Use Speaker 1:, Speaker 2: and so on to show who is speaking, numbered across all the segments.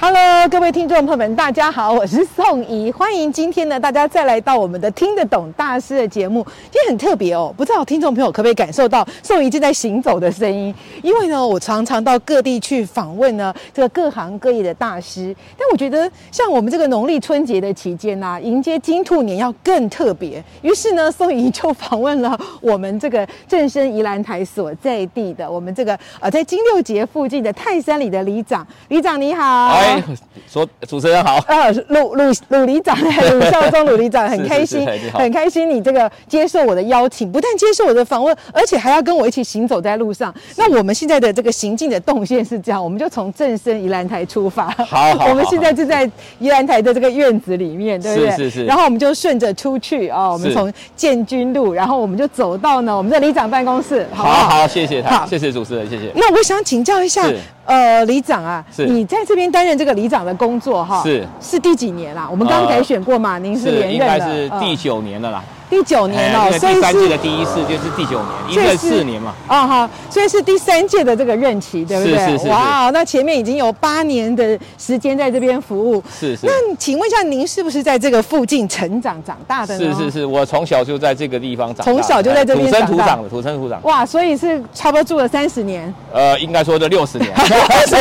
Speaker 1: Hello，各位听众朋友们，大家好，我是宋怡，欢迎今天呢大家再来到我们的听得懂大师的节目。今天很特别哦，不知道听众朋友可不可以感受到宋怡正在行走的声音？因为呢，我常常到各地去访问呢这个各行各业的大师，但我觉得像我们这个农历春节的期间呐、迎接金兔年要更特别。于是呢，宋怡就访问了我们这个正生宜兰台所在地的我们这个呃在金六节附近的泰山里的里长，里长你好。
Speaker 2: 哎，说主持人好，
Speaker 1: 呃，鲁鲁鲁里长，鲁孝忠鲁里长，很开心
Speaker 2: 是是是你，好
Speaker 1: 很开心你这个接受我的邀请，不但接受我的访问，而且还要跟我一起行走在路上。那我们现在的这个行进的动线是这样，我们就从正生宜兰台出发，
Speaker 2: 好 好
Speaker 1: 我们
Speaker 2: 好
Speaker 1: 现在就在宜兰台的这个院子里面，对不对？
Speaker 2: 是是是
Speaker 1: 然后我们就顺着出去啊、我们
Speaker 2: 是
Speaker 1: 从建军路，然后我们就走到呢我们的里长办公室，好不
Speaker 2: 好好谢谢他，
Speaker 1: 好
Speaker 2: 谢谢主持人，谢谢。
Speaker 1: 那我想请教一下
Speaker 2: 是，
Speaker 1: 呃，里长啊，
Speaker 2: 是
Speaker 1: 你在这边担任这个里长的工作哈，
Speaker 2: 是
Speaker 1: 是第几年啦、啊我们刚才
Speaker 2: 呃
Speaker 1: 选过嘛，您是连
Speaker 2: 应
Speaker 1: 任
Speaker 2: 该
Speaker 1: 了，
Speaker 2: 是
Speaker 1: 呃
Speaker 2: 第九年了啦，
Speaker 1: 第九年
Speaker 2: 哎
Speaker 1: 哦，
Speaker 2: 因为
Speaker 1: 所以
Speaker 2: 第三季
Speaker 1: 是
Speaker 2: 的第一次就是第九年，一
Speaker 1: 所以
Speaker 2: 任
Speaker 1: 是
Speaker 2: 四年嘛，
Speaker 1: 啊哈，所以是第三届的这个任期，对不
Speaker 2: 是
Speaker 1: 对？
Speaker 2: 是是是
Speaker 1: 哇，那前面已经有八年的时间在这边服务。
Speaker 2: 是是
Speaker 1: 那请问一下，您是不是在这个附近成长长大的
Speaker 2: 是
Speaker 1: 呢？
Speaker 2: 是。是，我从小就在这个地方长大的，哎
Speaker 1: 从小就在这边
Speaker 2: 土生土
Speaker 1: 长大
Speaker 2: 长的，土生土长，
Speaker 1: 哇，所以是差不多住了三十年。
Speaker 2: 呃，应该说的六 十年，呃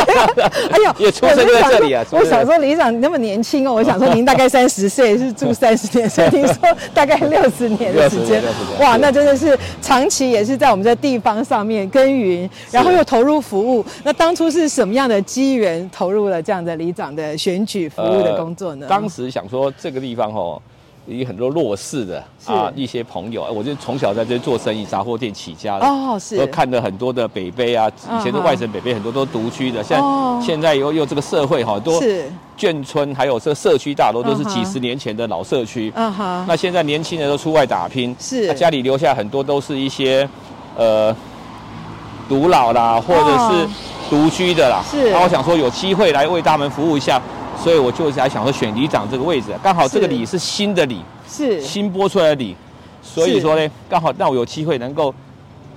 Speaker 1: 哎呦，
Speaker 2: 也出生就在这里啊
Speaker 1: 我就
Speaker 2: 出生
Speaker 1: 想说我想说李长你那么年轻哦，我想说您大概三十岁是住三十年，所以您说大概六十年的时间
Speaker 2: 60年60，年
Speaker 1: 哇，
Speaker 2: 是
Speaker 1: 那真的是长期也是在我们这地方上面耕耘，然后又投入服务。那当初是什么样的机缘投入了这样的里长的选举服务的工作呢？
Speaker 2: 呃当时想说这个地方哦，有很多弱势的
Speaker 1: 是
Speaker 2: 啊，一些朋友，哎我就从小在这做生意，杂货店起家的。
Speaker 1: 哦是
Speaker 2: 我看了很多的北非啊，
Speaker 1: 嗯
Speaker 2: 以前是外省北非，很多都独区的，现在、
Speaker 1: 哦
Speaker 2: 现在又又这个社会好多
Speaker 1: 是
Speaker 2: 眷村，还有这社区大楼都是
Speaker 1: 嗯哼
Speaker 2: 几十年前的老社区。
Speaker 1: 嗯哼
Speaker 2: 那现在年轻人都出外打拼，
Speaker 1: 是
Speaker 2: 那家里留下很多都是一些，呃，独老啦，或者
Speaker 1: 哦
Speaker 2: 是独居的啦。
Speaker 1: 是
Speaker 2: 那我想说有机会来为他们服务一下，所以我就来想说选里长这个位置，刚好这个
Speaker 1: 是
Speaker 2: 里是新的里，
Speaker 1: 是
Speaker 2: 新拨出来的里，所以
Speaker 1: 是
Speaker 2: 说呢，刚好让我有机会能够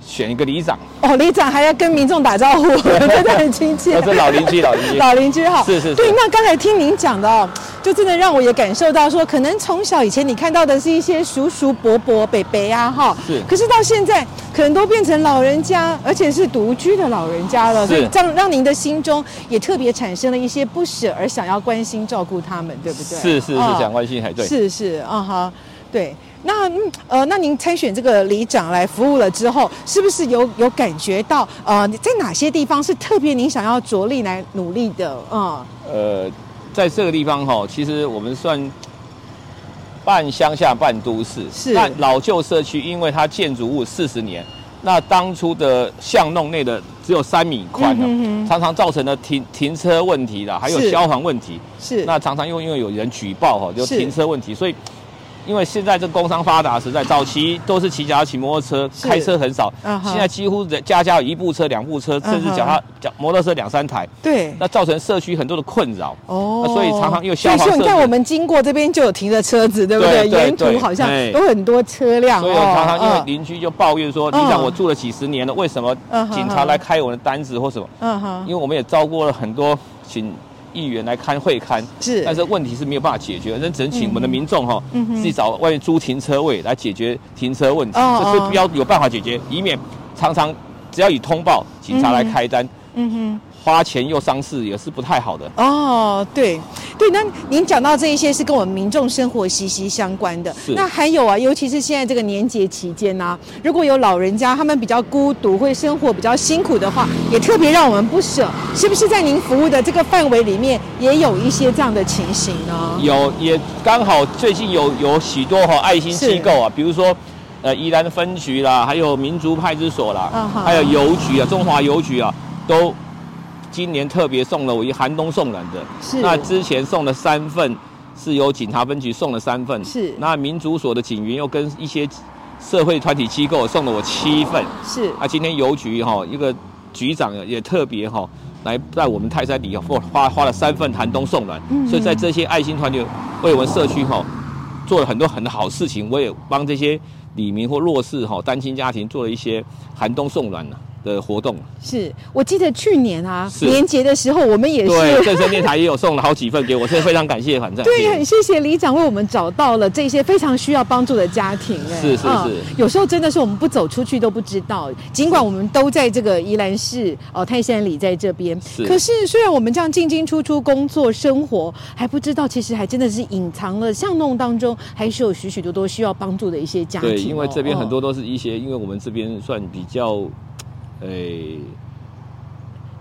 Speaker 2: 选一个里长。
Speaker 1: 哦，里长还要跟民众打招 呼，真的很亲切。
Speaker 2: 我哦是老邻居，老邻居。
Speaker 1: 老邻居哈，
Speaker 2: 是是是
Speaker 1: 对，那刚才听您讲的哦，就真的让我也感受到说，可能从小以前你看到的是一些叔叔伯伯、伯伯啊哈，
Speaker 2: 是
Speaker 1: 可是到现在可能都变成老人家，而且是独居的老人家了，
Speaker 2: 是
Speaker 1: 所以这样让您的心中也特别产生了一些不舍，而想要关心照顾他们，对不对？
Speaker 2: 是是是，
Speaker 1: 哦
Speaker 2: 蒋冠信哎还对。
Speaker 1: 是是啊哈，对。那嗯呃，那您参选这个里长来服务了之后，是不是有有感觉到呃，你在哪些地方是特别您想要着力来努力的啊、
Speaker 2: 呃，在这个地方哈，其实我们算半乡下半都市。
Speaker 1: 是
Speaker 2: 那老旧社区，因为它建筑物四十年，那当初的巷弄内的只有三米宽呢、常常造成了停停车问题啦，还有
Speaker 1: 嗯是
Speaker 2: 消防问题。
Speaker 1: 是
Speaker 2: 那常常又因为有人举报哈，就是停车问题，所以因为现在这工商发达时代，早期都是骑脚踏、骑摩托车，
Speaker 1: 是
Speaker 2: 开车很少
Speaker 1: 啊哈
Speaker 2: 现在几乎人家家有一部车、两部车，甚至
Speaker 1: 啊哈
Speaker 2: 脚踏、脚摩托车两三台，
Speaker 1: 对
Speaker 2: 那造成社区很多的困扰。
Speaker 1: 哦
Speaker 2: 那所以常常又
Speaker 1: 所
Speaker 2: 消
Speaker 1: 以
Speaker 2: 防
Speaker 1: 说你
Speaker 2: 设
Speaker 1: 看
Speaker 2: 备
Speaker 1: 我们经过这边就有停的车子，对不
Speaker 2: 对对
Speaker 1: 沿途
Speaker 2: 对
Speaker 1: 好像
Speaker 2: 哎
Speaker 1: 有很多车辆
Speaker 2: 所以
Speaker 1: 哦，
Speaker 2: 我常常因为
Speaker 1: 嗯
Speaker 2: 邻居就抱怨说：“
Speaker 1: 嗯
Speaker 2: 你想我住了几十年了，为什么
Speaker 1: 嗯哼
Speaker 2: 警察来开我的单子或什么？”
Speaker 1: 嗯哼
Speaker 2: 因为我们也招过了很多请议员来看会看，
Speaker 1: 是嗯
Speaker 2: 但是问题是没有办法解决，那只能请我们的民众哈、自己找外面租停车位来解决停车问题，
Speaker 1: 哦哦
Speaker 2: 这是不要有办法解决，以免常常只要以通报警察来开单，
Speaker 1: 嗯哼。
Speaker 2: 花钱又伤事也是不太好的。
Speaker 1: 哦，对对，那您讲到这一些是跟我们民众生活息息相关的。
Speaker 2: 是
Speaker 1: 那还有啊，尤其是现在这个年节期间呢、如果有老人家他们比较孤独，会生活比较辛苦的话，也特别让我们不舍。是不是在您服务的这个范围里面，也有一些这样的情形呢？
Speaker 2: 有也刚好最近有有许多哈、爱心
Speaker 1: 是
Speaker 2: 机构啊，比如说。呃，宜兰分局啦，还有民族派出所啦
Speaker 1: 嗯好
Speaker 2: 啊还有邮局啊，中华邮局啊，都今年特别送了我一寒冬送人的，
Speaker 1: 是
Speaker 2: 那之前送了三份，是由警察分局送了三份，
Speaker 1: 是
Speaker 2: 那民主所的警员又跟一些社会团体机构送了我七份，
Speaker 1: 是
Speaker 2: 啊，今天邮局哈、一个局长也特别哈、来在我们泰山里花花花了三份寒冬送暖，
Speaker 1: 嗯
Speaker 2: 所以在这些爱心团体为我们社区哈、做了很多很好事情，我也帮这些李民或弱势哈、单亲家庭做了一些寒冬送暖的活动。
Speaker 1: 是，我记得去年啊
Speaker 2: 是
Speaker 1: 年节的时候，我们也
Speaker 2: 对，
Speaker 1: 是。
Speaker 2: 正声电台也有送了好几份给我，所以非常感谢，反正
Speaker 1: 对，很谢谢里长为我们找到了这些非常需要帮助的家庭、哎
Speaker 2: 是是
Speaker 1: 嗯
Speaker 2: 是
Speaker 1: 有时候真的是我们不走出去都不知道。尽管我们都在这个宜兰市哦泰山里在这边，
Speaker 2: 是
Speaker 1: 可是虽然我们这样进进出出工作生活，还不知道其实还真的是隐藏了巷弄当中还是有许许多多需要帮助的一些家庭哦、
Speaker 2: 对，因为这边很
Speaker 1: 哦
Speaker 2: 多都是一些，因为我们这边算比较，哎诶、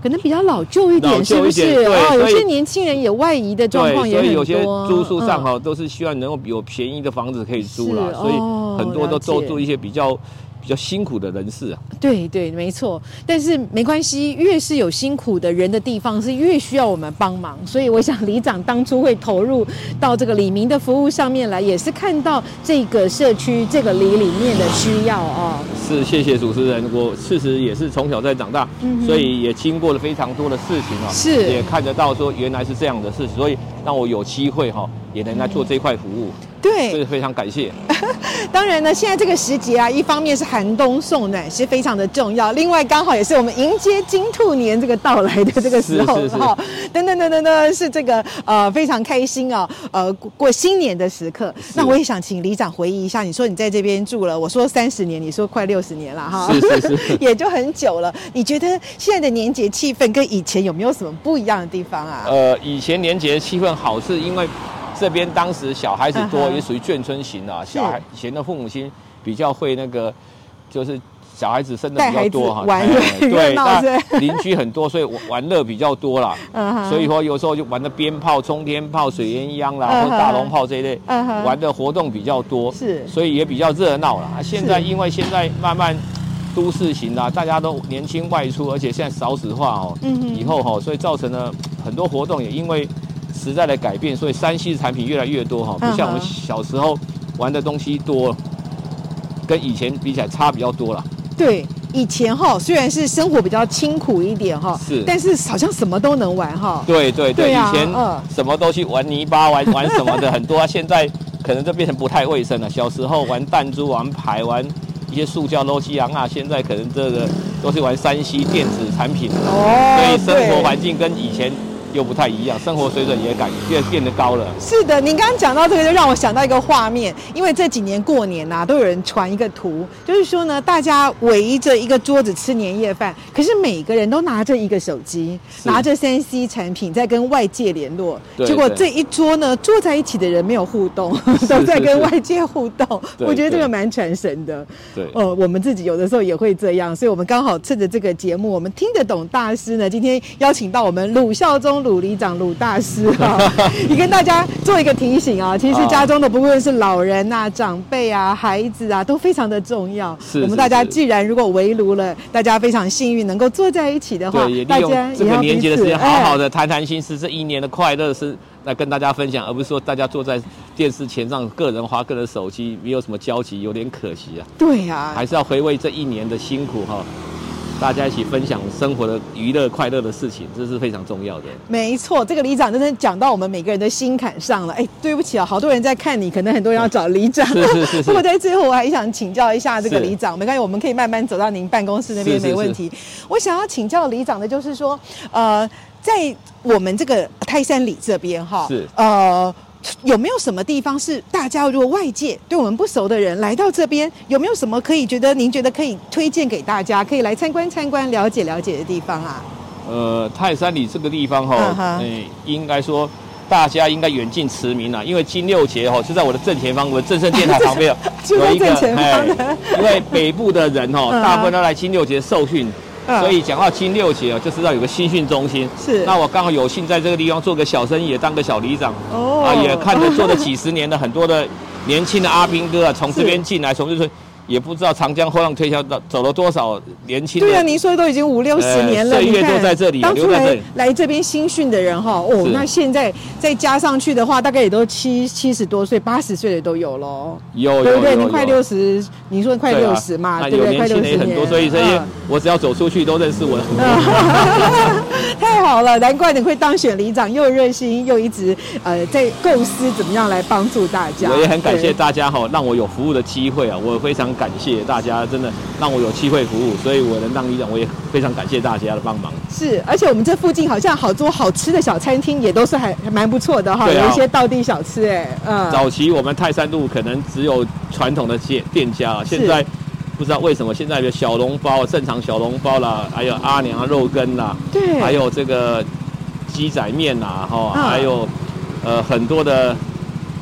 Speaker 1: 可能比较老旧一
Speaker 2: 老
Speaker 1: 点，
Speaker 2: 旧
Speaker 1: 是不
Speaker 2: 一
Speaker 1: 是
Speaker 2: 点？对
Speaker 1: 哦，有
Speaker 2: 所以
Speaker 1: 些年轻人也外移的状
Speaker 2: 对，
Speaker 1: 况也
Speaker 2: 所
Speaker 1: 很
Speaker 2: 以
Speaker 1: 多。
Speaker 2: 有些租宿上
Speaker 1: 嗯
Speaker 2: 哈、都是希望能够有便宜的房子可以租啦
Speaker 1: 是，
Speaker 2: 所
Speaker 1: 哦
Speaker 2: 以很多
Speaker 1: 了
Speaker 2: 都都
Speaker 1: 解
Speaker 2: 住一些比较比较辛苦的人士啊。
Speaker 1: 对对，没错。但是没关系，越是有辛苦的人的地方，是越需要我们帮忙。所以我想，里长当初会投入到这个李明的服务上面来，也是看到这个社区、这个里里面的需要哦。
Speaker 2: 是，谢谢主持人。我事实也是从小在长大，所以也经过了非常多的事情啊，
Speaker 1: 嗯是
Speaker 2: 也看得到说原来是这样的事，所以让我有机会哈、也能来做这块服务，
Speaker 1: 对
Speaker 2: 所以非常感谢。
Speaker 1: 当然呢，现在这个时节啊，一方面是寒冬送暖是非常的重要，另外刚好也是我们迎接金兔年这个到来的这个时候
Speaker 2: 是是是
Speaker 1: 哈，等等等等等，是这个呃非常开心啊、呃过过新年的时刻。那我也想请里长回忆一下，你说你在这边住了，我说三十年，你说快六十年了哈，
Speaker 2: 是是是
Speaker 1: 也就很久了。你觉得现在的年节气氛跟以前有没有什么不一样的地方啊？
Speaker 2: 呃，以前年节气氛好，是因为这边当时小孩子
Speaker 1: 嗯
Speaker 2: 多，
Speaker 1: 哼
Speaker 2: 也属于眷村型啊。小孩以前的父母亲比较会那个，就是小孩子生的比较多哈，
Speaker 1: 带孩子玩
Speaker 2: 哎
Speaker 1: 热
Speaker 2: 对，
Speaker 1: 闹
Speaker 2: 那
Speaker 1: 是不
Speaker 2: 邻居很多，所以玩乐比较多啦。
Speaker 1: 嗯哼
Speaker 2: 所以说有时候就玩的鞭炮、冲天炮、水鸳鸯
Speaker 1: 嗯
Speaker 2: 啦，
Speaker 1: 哼
Speaker 2: 或大龙炮这一类，
Speaker 1: 嗯哼
Speaker 2: 玩的活动比较多，
Speaker 1: 是
Speaker 2: 所以也比较热闹啦。啊现在
Speaker 1: 是
Speaker 2: 因为现在慢慢。都市型啦、大家都年轻外出，而且现在少子化哦，
Speaker 1: 嗯
Speaker 2: 以后哈、所以造成了很多活动也因为时代的改变，所以山西产品越来越多哈、哦
Speaker 1: 嗯哼
Speaker 2: 不像我们小时候玩的东西多，跟以前比起来差比较多了。
Speaker 1: 对，以前哈虽然是生活比较清苦一点哈，
Speaker 2: 是
Speaker 1: 但是好像什么都能玩哈。
Speaker 2: 对对
Speaker 1: 对啊
Speaker 2: 以前
Speaker 1: 嗯
Speaker 2: 什么都去玩泥巴、 玩玩什么的很多、啊，现在可能就变成不太卫生了。小时候玩弹珠、玩牌、玩一些塑胶东西啊，那现在可能这个都是玩山西电子产品了。所
Speaker 1: 哦
Speaker 2: 以生活环境跟以前又不太一样，生活水准也改变变得高了。
Speaker 1: 是的，您刚刚讲到这个，就让我想到一个画面，因为这几年过年呐、都有人传一个图，就是说呢，大家围着一个桌子吃年夜饭，可是每个人都拿着一个手机，
Speaker 2: 是
Speaker 1: 拿着三 C 产品在跟外界联络，
Speaker 2: 对
Speaker 1: 结果
Speaker 2: 对
Speaker 1: 这一桌呢坐在一起的人没有互动， 都在
Speaker 2: 是
Speaker 1: 跟
Speaker 2: 是
Speaker 1: 外界互动，
Speaker 2: 对
Speaker 1: 我觉得这
Speaker 2: 对
Speaker 1: 个蛮传神的。
Speaker 2: 对
Speaker 1: 呃，我们自己有的时候也会这样，所以我们刚好趁着这个节目，我们听得懂大师呢，今天邀请到我们鲁孝宗鲁里长鲁大师 啊，也跟大家做一个提醒啊，其实
Speaker 2: 啊
Speaker 1: 家中的不论是老人呐、长辈啊、孩子啊，都非常的重要。
Speaker 2: 是
Speaker 1: 我们
Speaker 2: 是
Speaker 1: 大家
Speaker 2: 是
Speaker 1: 既然如果围炉了，大家非常幸运能够坐在一起的话
Speaker 2: 对，也，利
Speaker 1: 大家
Speaker 2: 用这
Speaker 1: 也
Speaker 2: 个
Speaker 1: 要
Speaker 2: 年
Speaker 1: 彼
Speaker 2: 节的时
Speaker 1: 此
Speaker 2: 间，好好
Speaker 1: 哎
Speaker 2: 的谈谈心事，这一年的快乐是来跟大家分享，而不是说大家坐在电视前上个人花个人手机，没有什么交集，有点可惜啊。
Speaker 1: 对呀、
Speaker 2: 还是要回味这一年的辛苦哈、大家一起分享生活的娱乐快乐的事情，这是非常重要的。
Speaker 1: 没错，这个里长真的讲到我们每个人的心坎上了。哎，对不起啊，好多人在看你，可能很多人要找里长。
Speaker 2: 是是是是
Speaker 1: 不过在最后，我还想请教一下这个
Speaker 2: 是
Speaker 1: 里长，没关系，我们可以慢慢走到您办公室那边，
Speaker 2: 是是
Speaker 1: 没问题。我想要请教里长的就是说，呃，在我们这个泰山里这边哈，
Speaker 2: 是
Speaker 1: 呃。有没有什么地方是大家如果外界对我们不熟的人来到这边，有没有什么可以觉得您觉得可以推荐给大家，可以来参观参观、了解了解的地方啊？
Speaker 2: 呃，泰山里这个地方哈、
Speaker 1: 嗯
Speaker 2: 嗯、
Speaker 1: 哼
Speaker 2: 应该说大家应该远近驰名啊啦、因为金六节哈、就在我的正前方，我的正声电台旁边
Speaker 1: 就在
Speaker 2: 有一个哎
Speaker 1: 正前方的
Speaker 2: 因为北部的人哈、
Speaker 1: 嗯哼
Speaker 2: 大部分都来金六节受训。
Speaker 1: 嗯
Speaker 2: 所以讲到金六节啊，就知道有个新训中心。
Speaker 1: 是
Speaker 2: 那我刚好有幸在这个地方做个小生意，也当个小里长。
Speaker 1: 哦啊
Speaker 2: 啊，也看着做了几十年的很多的年轻的阿兵哥啊，从这边进来，从这边 也不知道长江后浪推销到走了多少年轻的。
Speaker 1: 对啊，您说都已经五六十
Speaker 2: 呃
Speaker 1: 年了，
Speaker 2: 岁
Speaker 1: 你
Speaker 2: 月
Speaker 1: 看
Speaker 2: 都在这里啊
Speaker 1: 当初
Speaker 2: 留在这
Speaker 1: 来
Speaker 2: 里
Speaker 1: 来这边新训的人哈，哦，
Speaker 2: 是
Speaker 1: 那现在再加上去的话，大概也都七七十多岁、八十岁的都有喽。
Speaker 2: 有有
Speaker 1: 对不对？
Speaker 2: 有
Speaker 1: 你
Speaker 2: 有
Speaker 1: 快六十，你说快
Speaker 2: 对啊
Speaker 1: 六十嘛，
Speaker 2: 那
Speaker 1: 对不
Speaker 2: 有
Speaker 1: 对？快
Speaker 2: 年
Speaker 1: 六
Speaker 2: 轻
Speaker 1: 十
Speaker 2: 的也
Speaker 1: 年，
Speaker 2: 很多，所以这些我只要走出去都认识我的。
Speaker 1: 嗯太好了，难怪你会当选里长，又热心又一直呃在构思怎么样来帮助大家。
Speaker 2: 我也很感谢
Speaker 1: 对
Speaker 2: 大家哈，让我有服务的机会啊，我非常感谢大家，真的让我有机会服务，所以我能当里长，我也非常感谢大家的帮忙。
Speaker 1: 是，而且我们这附近好像好多好吃的小餐厅，也都是还还蛮不错的哈，
Speaker 2: 对啊
Speaker 1: 有一些道地小吃哎，嗯，
Speaker 2: 早期我们泰山路可能只有传统的店店家啊，现在不知道为什么现在有小笼包、正常小笼包啦，还有阿娘啊肉羹啦，
Speaker 1: 对，
Speaker 2: 还有这个鸡仔面啦，哈，
Speaker 1: 嗯
Speaker 2: 还有呃很多的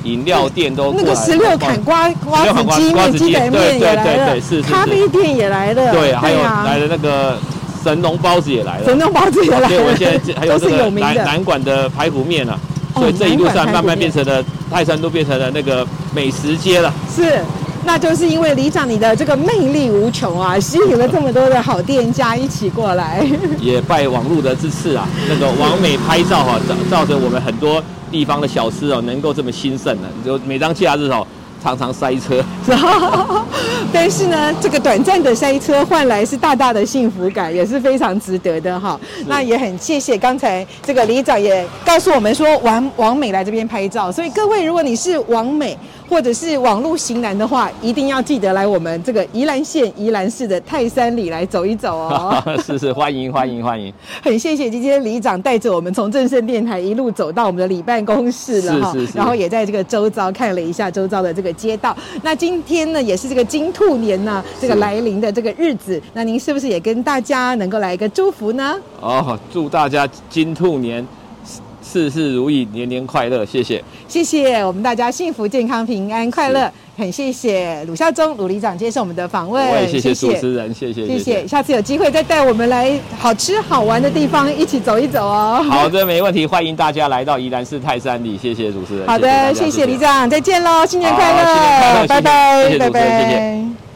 Speaker 2: 饮料店都
Speaker 1: 那
Speaker 2: 过
Speaker 1: 个
Speaker 2: 来
Speaker 1: 十六
Speaker 2: 帮
Speaker 1: 砍瓜瓜
Speaker 2: 16
Speaker 1: 子
Speaker 2: 砍瓜
Speaker 1: 鸡
Speaker 2: 瓜
Speaker 1: 面、
Speaker 2: 子
Speaker 1: 鸡
Speaker 2: 鸡
Speaker 1: 仔面
Speaker 2: 对
Speaker 1: 也
Speaker 2: 对
Speaker 1: 来了
Speaker 2: 对是是，
Speaker 1: 咖
Speaker 2: 是
Speaker 1: 啡店也来了，
Speaker 2: 对，还有
Speaker 1: 啊
Speaker 2: 来的那个神农包子也来了，
Speaker 1: 神农包子也来了，
Speaker 2: 对，我们现在还有这
Speaker 1: 都是
Speaker 2: 个
Speaker 1: 有名
Speaker 2: 南
Speaker 1: 的，
Speaker 2: 南馆的排骨面啊，
Speaker 1: 哦
Speaker 2: 所以这一路
Speaker 1: 南馆
Speaker 2: 上
Speaker 1: 排骨
Speaker 2: 慢慢
Speaker 1: 面
Speaker 2: 变成了泰山都变成了那个美食街了。
Speaker 1: 是，那就是因为里长你的这个魅力无穷啊，吸引了这么多的好店家一起过来。
Speaker 2: 也拜网络的支持啊，那个网美拍照哈、造造成我们很多地方的小吃哦，能够这么兴盛的、就每当假日哦，常常塞车。
Speaker 1: 然后， 但是呢，这个短暂的塞车换来是大大的幸福感，也是非常值得的哈。那也很谢谢刚才这个里长也告诉我们说，王王美来这边拍照，所以各位如果你是王美或者是网路型男的话，一定要记得来我们这个宜兰县宜兰市的泰山里来走一走哦。
Speaker 2: 是是，欢迎欢迎欢迎，
Speaker 1: 很谢谢今天里长带着我们从正盛电台一路走到我们的里办公室了哈
Speaker 2: 是是，是
Speaker 1: 然后也在这个周遭看了一下周遭的这个街道。那今天呢，也是这个金兔年呢，这个来临的这个日子，那您是不是也跟大家能够来一个祝福呢？
Speaker 2: 哦，祝大家金兔年事事如意，年年快乐，谢谢。
Speaker 1: 谢谢我们大家幸福、健康、平安、快乐。很谢谢鲁孝忠鲁里长接受我们的访问，
Speaker 2: 我也谢谢主持人，
Speaker 1: 谢谢，下次有机会再带我们来好吃好玩的地方一起走一走哦。
Speaker 2: 好的，没问题，欢迎大家来到宜兰市泰山里，谢谢主持人。
Speaker 1: 好的，
Speaker 2: 大家
Speaker 1: 谢谢
Speaker 2: 李
Speaker 1: 李长，再见喽，新年
Speaker 2: 好
Speaker 1: 快乐，
Speaker 2: 新年快乐
Speaker 1: 拜拜，
Speaker 2: 谢谢谢谢
Speaker 1: 拜
Speaker 2: 主持人谢谢
Speaker 1: 拜。